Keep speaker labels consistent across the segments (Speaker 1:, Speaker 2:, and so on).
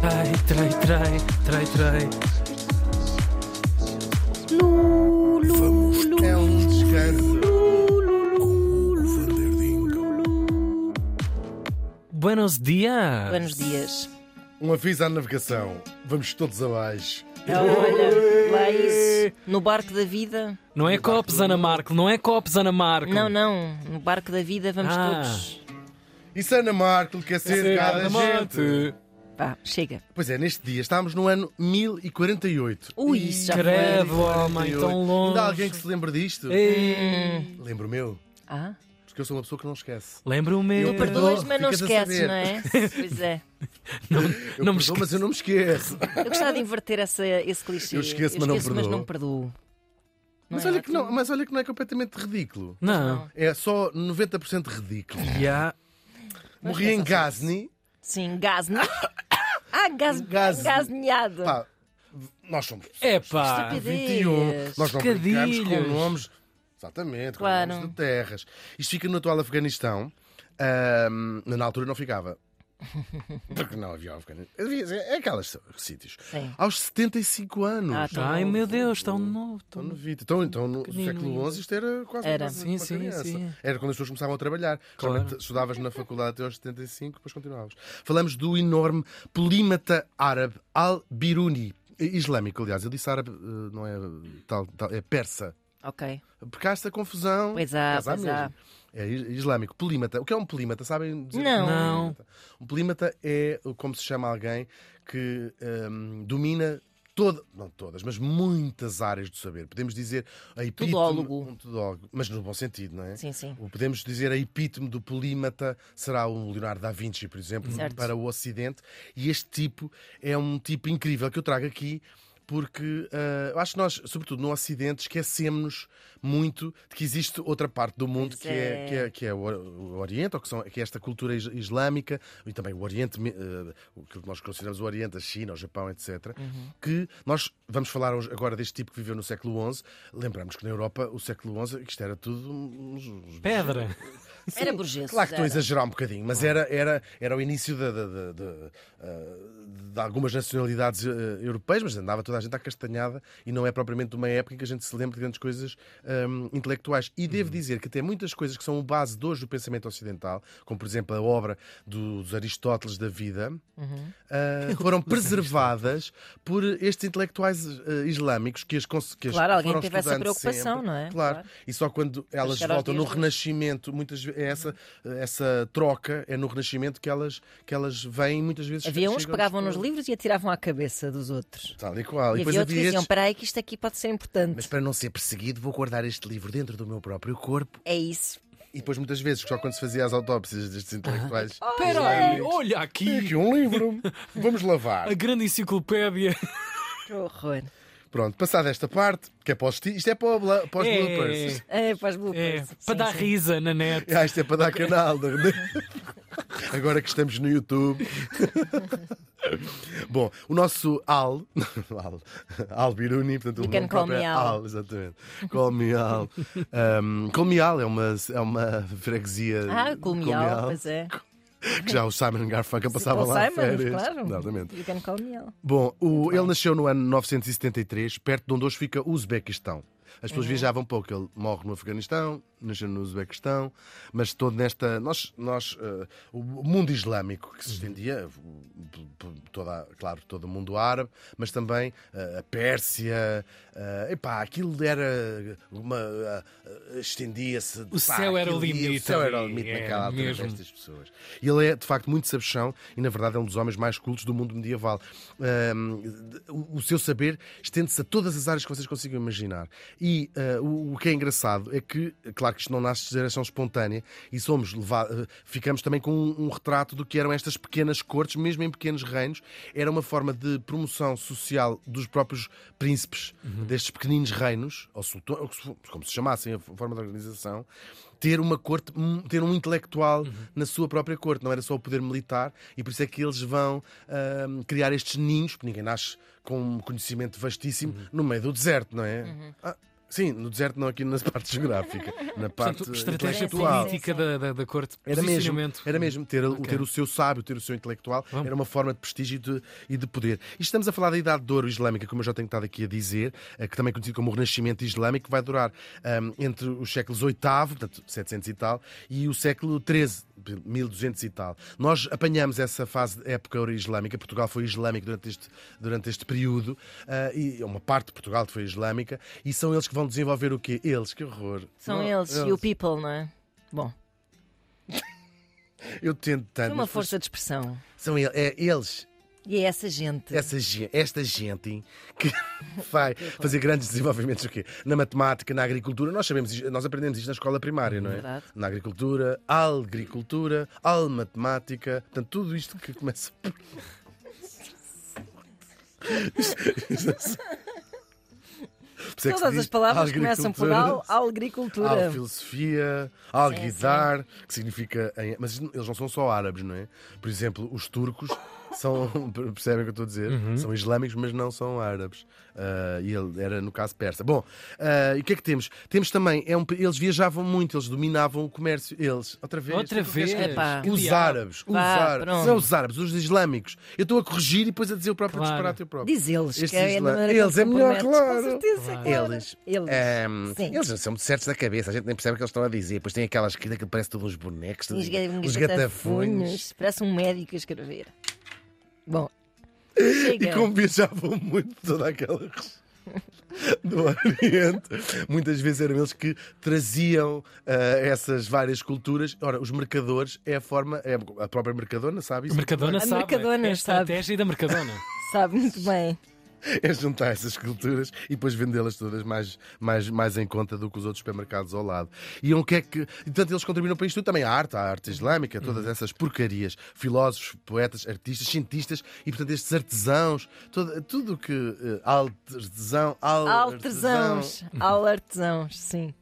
Speaker 1: Trai, trai, trai, trai, trai.
Speaker 2: Vamos, é um descanso.
Speaker 1: Buenos dias!
Speaker 3: Buenos dias.
Speaker 2: Um aviso à navegação. Vamos todos abaixo.
Speaker 3: Olha, lá isso. No barco da vida?
Speaker 1: Não é copos, Ana Marco, não é copos, Ana Marco.
Speaker 3: Não, não. No barco da vida vamos
Speaker 1: Ah.
Speaker 3: todos.
Speaker 2: Isso Ana Marco
Speaker 1: É
Speaker 2: quer ser cada gente.
Speaker 3: Pá, chega.
Speaker 2: Pois é, neste dia estamos no ano 1048.
Speaker 3: Ui, isso é já foi.
Speaker 1: Credo, é homem,
Speaker 2: 48.
Speaker 1: tão longe. É.
Speaker 2: Ainda há alguém que se lembra disto?
Speaker 3: Hum.
Speaker 1: Ei,
Speaker 2: Lembro meu,
Speaker 3: Ah,
Speaker 2: porque eu sou uma pessoa que não esquece.
Speaker 1: Lembro-me.
Speaker 2: Eu perdoo.
Speaker 3: perdoas, mas não
Speaker 2: Ficas a
Speaker 3: esqueces,
Speaker 2: saber.
Speaker 3: não é? Pois é.
Speaker 2: Eu
Speaker 1: Não me
Speaker 2: perdoo,
Speaker 1: esque-
Speaker 2: mas eu não me esqueço.
Speaker 3: Eu gostava de inverter essa, esse clichê.
Speaker 2: Eu esqueço, mas não
Speaker 3: mas
Speaker 2: perdoo.
Speaker 3: não perdoo.
Speaker 2: Mas
Speaker 3: é
Speaker 2: olha, que não,
Speaker 3: ótimo?
Speaker 2: mas olha que não é completamente ridículo.
Speaker 1: Não.
Speaker 2: É só 90% ridículo.
Speaker 1: Já.
Speaker 2: Morri em Gazni.
Speaker 3: Sim, gasne. Ah, gas...
Speaker 2: Gasne.
Speaker 3: gasneado.
Speaker 2: Pá, v- nós somos
Speaker 1: É pá.
Speaker 3: Estupidez.
Speaker 2: 21. Nós não brincamos com
Speaker 1: Trocadilhos.
Speaker 2: nomes. Exatamente,
Speaker 3: Claro.
Speaker 2: com nomes de terras. Isto fica no atual Afeganistão. Ahm, na altura não ficava. Porque não havia Afeganistão. Havia- É aquelas sítios.
Speaker 3: Sim.
Speaker 2: Aos 75 anos.
Speaker 3: Ah, tá.
Speaker 1: Ai meu Deus, tão novo.
Speaker 2: Então,
Speaker 1: tão
Speaker 2: no
Speaker 1: novo.
Speaker 2: vinte. Então, então no
Speaker 1: Pequenino
Speaker 2: século
Speaker 1: ainda.
Speaker 2: XI isto era quase
Speaker 3: Era.
Speaker 2: uma
Speaker 1: Sim,
Speaker 2: uma
Speaker 1: sim,
Speaker 2: criança.
Speaker 1: sim.
Speaker 2: Era quando as pessoas começavam a trabalhar.
Speaker 1: Claro.
Speaker 2: Geralmente Estudavas na faculdade até aos 75, depois continuavas. Falamos do enorme polímata árabe Al-Biruni, islâmico, aliás. Eu disse árabe, eh, não é eh, tal, tal- é persa.
Speaker 3: Ok.
Speaker 2: Porque há esta confusão.
Speaker 3: Pois há,
Speaker 2: Mas
Speaker 3: pois há.
Speaker 2: É is- islâmico. Polímata. O que é um polímata? Sabem dizer? o que é um
Speaker 3: Não.
Speaker 1: Não.
Speaker 2: polímata? Um polímata é como se chama alguém que ehm, domina. Toda, não todas, mas muitas áreas do saber. Podemos dizer a epítome...
Speaker 3: Tudólogo.
Speaker 2: Um tudólogo, mas no bom sentido, não é?
Speaker 3: Sim, sim.
Speaker 2: O Podemos dizer a epítome do polímata será o Leonardo da Vinci, por exemplo,
Speaker 3: Certo.
Speaker 2: para o Ocidente. E este tipo é um tipo incrível que eu trago aqui. Porque ah, eu acho que nós, sobretudo no Ocidente, esquecemos muito de que existe outra parte do mundo
Speaker 3: Pois
Speaker 2: que, é.
Speaker 3: é.
Speaker 2: que, é, que é o Or- o Oriente, ou que, são, que é esta cultura is- islâmica e também o Oriente, me- ah, o que nós consideramos o Oriente, a China, o Japão, etc.
Speaker 3: Uhum.
Speaker 2: Que nós vamos falar hoje- agora deste tipo que viveu no século XI. Lembramos que na Europa, o século XI, que isto era tudo uns- uns
Speaker 1: Pedra.
Speaker 3: Era burguês.
Speaker 2: Claro que estou a
Speaker 3: era.
Speaker 2: exagerar um bocadinho, mas era, era, era o início de, de- de- de, ah, de algumas nacionalidades eh, europeias, mas andava toda a gente à castanhada e não é propriamente de uma época em que a gente se lembra de grandes coisas ahm, intelectuais. E devo
Speaker 3: Uhum.
Speaker 2: dizer que até muitas coisas que são a base de hoje do pensamento ocidental, como por exemplo a obra do- dos Aristóteles da vida,
Speaker 3: Uhum.
Speaker 2: ah, foram preservadas por estes intelectuais eh, islâmicos que as, cons- que as
Speaker 3: Claro, alguém
Speaker 2: foram
Speaker 3: teve essa
Speaker 2: estudando
Speaker 3: preocupação,
Speaker 2: sempre.
Speaker 3: não é?
Speaker 2: Claro.
Speaker 3: Claro.
Speaker 2: E só quando elas
Speaker 3: chegar aos
Speaker 2: voltam no
Speaker 3: dias de hoje.
Speaker 2: Renascimento, muitas ve- é essa, essa troca é no Renascimento que elas, que elas vêm muitas vezes.
Speaker 3: Havia uns que
Speaker 2: chegam-
Speaker 3: pegavam nos livros e atiravam à cabeça dos outros.
Speaker 2: Tal e qual.
Speaker 3: E
Speaker 2: E depois
Speaker 3: havia outros que
Speaker 2: havia
Speaker 3: diziam:
Speaker 2: estes...
Speaker 3: espera aí, que isto aqui pode ser importante.
Speaker 2: Mas para não ser perseguido, vou guardar este livro dentro do meu próprio corpo.
Speaker 3: É isso.
Speaker 2: E depois, muitas vezes, só quando se fazia as autópsias destes
Speaker 3: Ah.
Speaker 2: intelectuais.
Speaker 1: Espera aí, olha
Speaker 2: "Tem
Speaker 1: aqui.
Speaker 2: Aqui um livro, vamos lavar.
Speaker 1: A grande enciclopédia.
Speaker 3: Que horror.
Speaker 2: Pronto, passada esta parte, que é para os ti- isto é para, o bla- para os
Speaker 1: É.
Speaker 2: bloopers.
Speaker 3: É, para as
Speaker 1: É,
Speaker 3: bloopers.
Speaker 1: para
Speaker 3: Sim,
Speaker 1: dar
Speaker 3: sim.
Speaker 1: risa na net.
Speaker 2: Ah, isto é para dar canal. não é? Agora que estamos no YouTube. Bom, o nosso Al, Al, Al Biruni, portanto,
Speaker 3: You
Speaker 2: o
Speaker 3: can
Speaker 2: nome
Speaker 3: call
Speaker 2: próprio
Speaker 3: me
Speaker 2: é
Speaker 3: Al.
Speaker 2: exatamente. Call me Al. Um, call me Al é uma, é uma freguesia.
Speaker 3: Ah,
Speaker 2: Call me
Speaker 3: colmial,
Speaker 2: Al,
Speaker 3: pois é.
Speaker 2: Que já o Simon Garfunkel passava
Speaker 3: Paul
Speaker 2: lá
Speaker 3: Simon,
Speaker 2: de férias.
Speaker 3: claro.
Speaker 2: Exatamente.
Speaker 3: You can call me Al.
Speaker 2: Bom, o- ele nasceu no ano 973, perto de onde hoje fica o Uzbequistão. As
Speaker 1: Uhum.
Speaker 2: pessoas viajavam pouco. Ele morre no Afeganistão, nasceu no Uzbequistão, mas todo nesta. Nós, nós, eh, o mundo islâmico que se
Speaker 1: Uhum.
Speaker 2: estendia, p- p- toda, a- claro, todo o mundo árabe, mas também eh, a Pérsia. eh, epá, aquilo era uma. eh, eh, estendia-se. pá,
Speaker 1: céu era o
Speaker 2: aquilo ia-
Speaker 1: limite
Speaker 2: O céu era o
Speaker 1: ali,
Speaker 2: limite
Speaker 1: era
Speaker 2: naquela altura
Speaker 1: mesmo.
Speaker 2: destas estas pessoas. E ele é, de facto, muito sabichão e, na verdade, é um dos homens mais cultos do mundo medieval. Ahm, de- o- o seu saber estende-se a todas as áreas que vocês consigam imaginar. E ah, o, o que é engraçado é que, claro que isto não nasce de geração espontânea e somos levados, ficamos também com um, um retrato do que eram estas pequenas cortes, mesmo em pequenos reinos. Era uma forma de promoção social dos próprios príncipes destes pequeninos reinos, ou sultões, ou que se- como se chamassem, a forma de organização ter uma corte, um- ter um intelectual na sua própria corte, não era só o poder militar, e por isso é que eles vão ahm, criar estes ninhos, porque ninguém nasce com um conhecimento vastíssimo no meio do deserto, não é? Ah, Sim, no deserto, não aqui na parte geográfica, na parte
Speaker 1: Portanto, estratégia
Speaker 2: intelectual.
Speaker 1: política da, da, da corte.
Speaker 2: Era mesmo,
Speaker 1: Posicionamento.
Speaker 2: era mesmo ter, o-
Speaker 1: Ok.
Speaker 2: ter o seu sábio, ter o seu intelectual, era uma forma de prestígio e de, e de poder. E estamos a falar da Idade de Ouro Islâmica, como eu já tenho estado aqui a dizer, eh, que também é conhecido como o Renascimento Islâmico, que vai durar ahm, entre os séculos VIII, portanto 700 e tal, e o século XIII, 1200 e tal. Nós apanhamos essa fase de época ouro islâmica, Portugal foi islâmico durante este, durante este período, ah, e uma parte de Portugal foi islâmica, e são eles que vão desenvolver o quê? Eles, que horror.
Speaker 3: São
Speaker 2: Não,
Speaker 3: eles, e o people, não é? Bom,
Speaker 2: Eu tento
Speaker 3: é
Speaker 2: tanto.
Speaker 3: uma
Speaker 2: mas depois-
Speaker 3: força de expressão.
Speaker 2: São ele- é eles.
Speaker 3: E é essa gente.
Speaker 2: Essa ge- esta gente hein, que vai fazer grandes desenvolvimentos o quê? na matemática, na agricultura. Nós sabemos, isto- nós aprendemos isto na escola primária, não é?
Speaker 3: Verdade.
Speaker 2: Na agricultura, agricultura, al matemática, portanto, tudo isto que começa por. Por isso é que se
Speaker 3: Todas
Speaker 2: diz
Speaker 3: as palavras começam por al,
Speaker 2: agricultura,
Speaker 3: agricultura.
Speaker 2: Al filosofia, al guidar, que significa. em- Mas isto- eles não são só árabes, não é? Por exemplo, os turcos são. percebem o que eu estou a dizer?
Speaker 1: Uhum.
Speaker 2: São islâmicos, mas não são árabes. Ah, e ele era, no caso, persa. Bom, ah, e o que é que temos? Temos também. É um, pa- eles viajavam muito, eles dominavam o comércio. Eles. Outra vez.
Speaker 1: Outra
Speaker 2: tu queres-
Speaker 1: vez.
Speaker 3: Epá.
Speaker 1: Que
Speaker 2: Os
Speaker 1: diabo.
Speaker 2: árabes, os
Speaker 3: Vá,
Speaker 2: árabes,
Speaker 3: pronto.
Speaker 2: não os árabes, os islâmicos. Eu estou a corrigir e depois a dizer o próprio
Speaker 1: Claro.
Speaker 2: disparate. Eu próprio.
Speaker 3: Diz eles,
Speaker 2: Estes
Speaker 3: que é da
Speaker 2: isla-
Speaker 3: maneira que
Speaker 2: Eles é
Speaker 3: se
Speaker 2: melhor,
Speaker 3: comprometem.
Speaker 2: claro.
Speaker 3: Com certeza,
Speaker 1: Claro.
Speaker 3: claro.
Speaker 2: Eles.
Speaker 3: Eles.
Speaker 2: Ehm,
Speaker 3: Sim.
Speaker 2: eles não são muito certos da cabeça, a gente nem percebe o que eles estão a dizer. Pois tem aquela escrita que parece todos uns bonecos, todos
Speaker 3: Uns,
Speaker 2: uns,
Speaker 3: ga-
Speaker 2: gatafunhos.
Speaker 3: uns gatafunhos. Parece um médico a escrever. Bom.
Speaker 2: E
Speaker 3: Chega.
Speaker 2: como viajavam muito toda aquela região do Oriente, muitas vezes eram eles que traziam ah, essas várias culturas. Ora, os mercadores é a forma, é a própria mercadona,
Speaker 1: A
Speaker 2: sabe isso?
Speaker 1: Mercadona
Speaker 3: A
Speaker 1: sabe. é
Speaker 3: Mercadona
Speaker 1: a
Speaker 3: sabe.
Speaker 1: estratégia da Mercadona.
Speaker 3: Sabe muito bem.
Speaker 2: É juntar essas culturas e depois vendê-las todas mais, mais, mais em conta do que os outros supermercados ao lado. E o que é que. E, portanto, eles contribuíram para isto tudo também. A arte, a arte islâmica, todas essas porcarias. Filósofos, poetas, artistas, cientistas e, portanto, estes artesãos. todo- tudo o que. eh, artesão. al-
Speaker 3: Altesãos. Alartesãos, sim.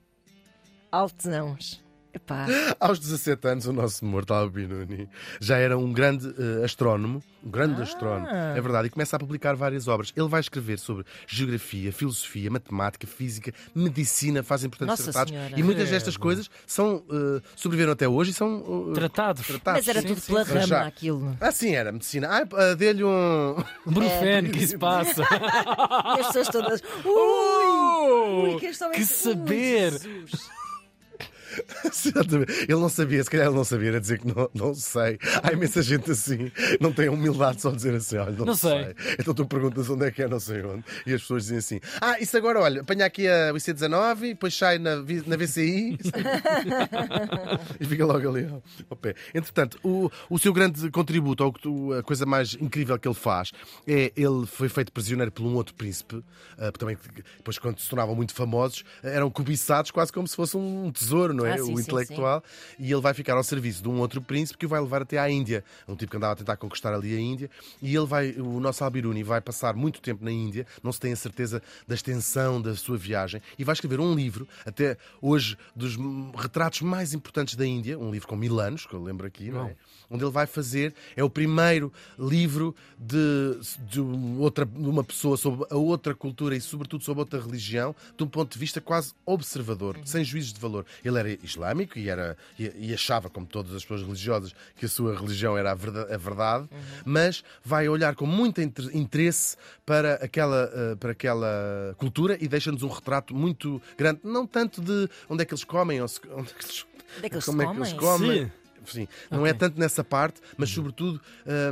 Speaker 3: Altesãos. Epá.
Speaker 2: Aos 17 anos, o nosso morto Albinoni já era um grande eh, astrónomo, um grande
Speaker 3: Ah.
Speaker 2: astrónomo, é verdade, e começa a publicar várias obras. Ele vai escrever sobre geografia, filosofia, matemática, física, medicina, faz importantes
Speaker 3: Nossa
Speaker 2: tratados.
Speaker 3: Senhora. É.
Speaker 2: E muitas destas
Speaker 1: Credo.
Speaker 2: coisas são eh, sobreviveram até hoje e são eh,
Speaker 1: Tratados.
Speaker 2: tratados.
Speaker 3: Mas era
Speaker 1: sim,
Speaker 3: tudo
Speaker 1: sim,
Speaker 3: pela
Speaker 1: sim.
Speaker 3: rama
Speaker 2: Já.
Speaker 3: aquilo.
Speaker 2: Ah, sim, era medicina. Ah, eh, dê-lhe um.
Speaker 1: Brufeno, que se passa?
Speaker 3: E as pessoas todas. Ui! Ui, que, este
Speaker 1: Oh,
Speaker 3: homem- é
Speaker 1: que
Speaker 3: Ui,
Speaker 1: saber!
Speaker 3: Jesus.
Speaker 2: Exatamente. ele não sabia, se calhar ele não sabia, era dizer que não, não sei. Há imensa gente assim, não tem a humildade só de dizer assim, olha, não,
Speaker 1: Não sei.
Speaker 2: Então tu perguntas onde é que é, não sei onde. E as pessoas dizem assim: ah, isso agora, olha, apanha aqui a IC19, depois sai na, vi- na VCI e fica logo ali ao, ao pé. Entretanto, o, o seu grande contributo, ou o que tu- a coisa mais incrível que ele faz, é ele foi feito prisioneiro por um outro príncipe, ah, porque também depois, quando se tornavam muito famosos, eram cobiçados quase como se fosse um tesouro, não é?
Speaker 3: Ah, sim,
Speaker 2: o
Speaker 3: sim,
Speaker 2: intelectual. E ele vai ficar ao serviço de um outro príncipe que o vai levar até à Índia. Um tipo que andava a tentar conquistar ali a Índia. E ele vai, o nosso Albiruni vai passar muito tempo na Índia, não se tem a certeza da extensão da sua viagem, e vai escrever um livro, até hoje, dos hum, retratos mais importantes da Índia, um livro com mil anos, que eu lembro aqui, não é? Onde ele vai fazer, é o primeiro livro de, de outra, de uma pessoa sobre a outra cultura e, sobretudo, sobre outra religião, de um ponto de vista quase observador,
Speaker 3: Uhum.
Speaker 2: sem juízos de valor. Ele era islâmico e, era, e, e achava, como todas as pessoas religiosas, que a sua religião era a verda- a verdade,
Speaker 3: Uhum.
Speaker 2: mas vai olhar com muito inter- interesse para aquela, eh, para aquela cultura e deixa-nos um retrato muito grande, não tanto de onde é que eles comem ou se- onde é que eles,
Speaker 3: Onde é que eles
Speaker 2: como é que eles
Speaker 3: comem?
Speaker 2: comem.
Speaker 1: Sim.
Speaker 2: Sim, não é tanto nessa parte, mas
Speaker 3: Uhum.
Speaker 2: sobretudo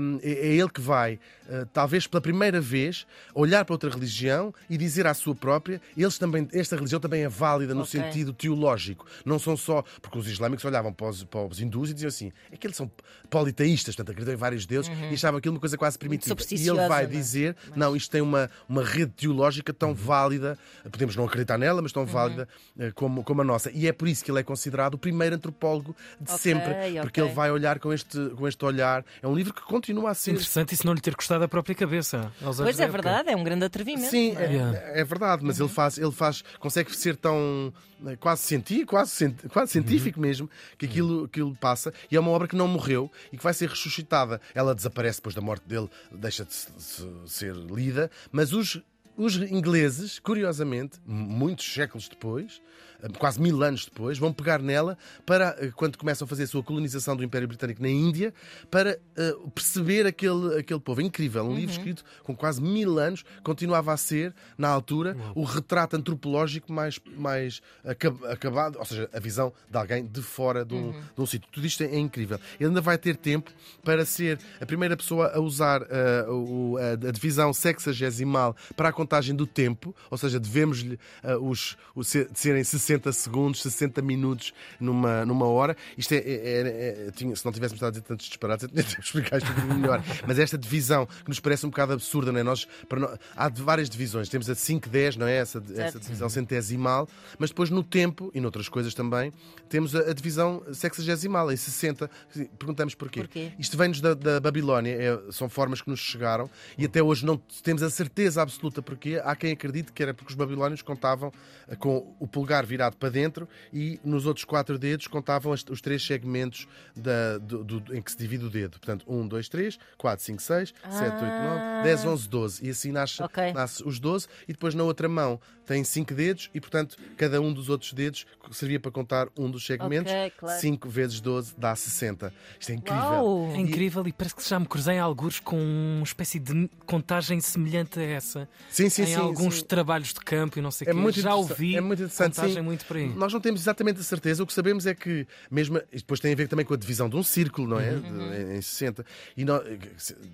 Speaker 2: hum, é, é ele que vai, eh, talvez pela primeira vez, olhar para outra religião e dizer à sua própria, eles também, esta religião também é válida no
Speaker 3: Ok.
Speaker 2: sentido teológico. Não são só, porque os islâmicos olhavam para os, para os hindus e diziam assim, é que eles são politeístas, portanto acreditam em vários deuses e achavam aquilo uma coisa quase primitiva. E ele
Speaker 3: Uhum. supersticiosa,
Speaker 2: vai
Speaker 3: não é?
Speaker 2: dizer, não, isto tem uma, uma rede teológica tão válida, podemos não acreditar nela, mas tão válida eh, como, como a nossa. E é por isso que ele é considerado o primeiro antropólogo de
Speaker 3: Ok,
Speaker 2: sempre, porque
Speaker 3: ok.
Speaker 2: ele vai olhar com este, com este olhar. É um livro que continua a ser.
Speaker 1: Interessante isso não lhe ter custado a própria cabeça. aos anos
Speaker 3: Pois é
Speaker 1: da época.
Speaker 3: verdade, é um grande atrevimento.
Speaker 2: Sim,
Speaker 3: não é? Uhum.
Speaker 2: é, é verdade, mas ele faz, ele faz, consegue ser tão eh, quase científico, quase, cien- quase científico mesmo, que aquilo, aquilo passa, e é uma obra que não morreu e que vai ser ressuscitada. Ela desaparece depois da morte dele, deixa de se- se- ser lida, mas os os ingleses, curiosamente, m- muitos séculos depois, eh, quase mil anos depois, vão pegar nela para, eh, quando começam a fazer a sua colonização do Império Britânico na Índia, para eh, perceber aquele, aquele povo. É incrível, um livro escrito com quase mil anos, continuava a ser, na altura, o retrato antropológico mais, mais acab- acabado, ou seja, a visão de alguém de fora de um, de um sítio. Tudo isto é, é incrível. Ele ainda vai ter tempo para ser a primeira pessoa a usar eh, o- o- a, a divisão sexagesimal para a contagem do tempo, ou seja, devemos-lhe eh, os, o se- de serem 60 segundos, 60 minutos numa, numa hora. Isto é, é- é- é- tinha- se não tivéssemos estado a dizer tantos disparates, eu tinha de explicar isto um bocadinho melhor. Mas esta divisão que nos parece um bocado absurda, não é? Nós, para nó- há de várias divisões, temos a 5, 10, não é? Essa, essa
Speaker 3: Certo.
Speaker 2: divisão centesimal, mas depois no tempo e noutras coisas também, temos a, a divisão sexagesimal, em 60. Perguntamos porquê.
Speaker 3: Porquê?
Speaker 2: Isto vem-nos da, da Babilónia, é- são formas que nos chegaram e até hoje não temos a certeza absoluta porquê. Há quem acredite que era porque os babilónios contavam eh, com o polegar virado para dentro e nos outros quatro dedos contavam as- os três segmentos da- do- do- em que se divide o dedo. Portanto, 1, 2, 3, 4, 5, 6, 7, 8, 9, 10, 11, 12. E assim nasce,
Speaker 3: Ah. Ok.
Speaker 2: nasce os 12 e depois na outra mão tem cinco dedos e, portanto, cada um dos outros dedos servia para contar um dos segmentos.
Speaker 3: Ok, claro.
Speaker 2: 5 vezes 12 dá 60. Isto é incrível.
Speaker 3: Uau!
Speaker 1: É incrível e parece que já me cruzei em alguns com uma espécie de contagem semelhante a essa.
Speaker 2: Sim, sim,
Speaker 1: em
Speaker 2: sim.
Speaker 1: alguns
Speaker 2: sim.
Speaker 1: trabalhos de campo e não sei o
Speaker 2: É
Speaker 1: quê.
Speaker 2: muito
Speaker 1: já
Speaker 2: interessa-
Speaker 1: ouvi
Speaker 2: é muito interessante,
Speaker 1: contagem
Speaker 2: sim.
Speaker 1: muito por aí.
Speaker 2: Nós não temos exatamente a certeza, o que sabemos é que, mesmo, e depois tem a ver também com a divisão de um círculo, não é? De- em 60, e nó- eh,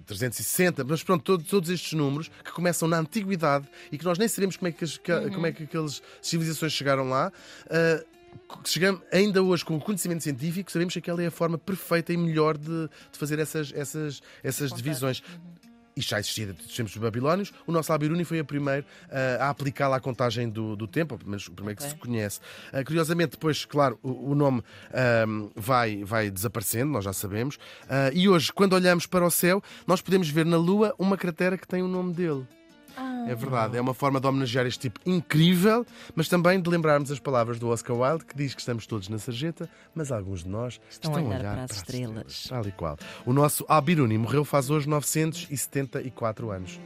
Speaker 2: 360, mas pronto, todo- todos estes números que começam na antiguidade e que nós nem sabemos como é que, as- que- como é que aquelas civilizações chegaram lá. ah, que Chegamos ainda hoje com o conhecimento científico, sabemos que aquela é a forma perfeita e melhor de, de fazer essas, essas, essas divisões. Isto já existia desde os tempos dos babilónios. O nosso Al-Biruni foi o primeiro ah, a aplicá-la à contagem do, do tempo, ou pelo menos o primeiro que
Speaker 3: Ok.
Speaker 2: se conhece. Ah, curiosamente, depois, claro, o, o nome ahm, vai, vai desaparecendo, nós já sabemos. Ah, e hoje, quando olhamos para o céu, nós podemos ver na Lua uma cratera que tem o nome dele. É verdade, é uma forma de homenagear este tipo incrível, mas também de lembrarmos as palavras do Oscar Wilde, que diz que estamos todos na sarjeta, mas alguns de nós
Speaker 3: Estão a olhar para as estrelas.
Speaker 2: Tal e qual. O nosso Al-Biruni morreu faz hoje 974 anos.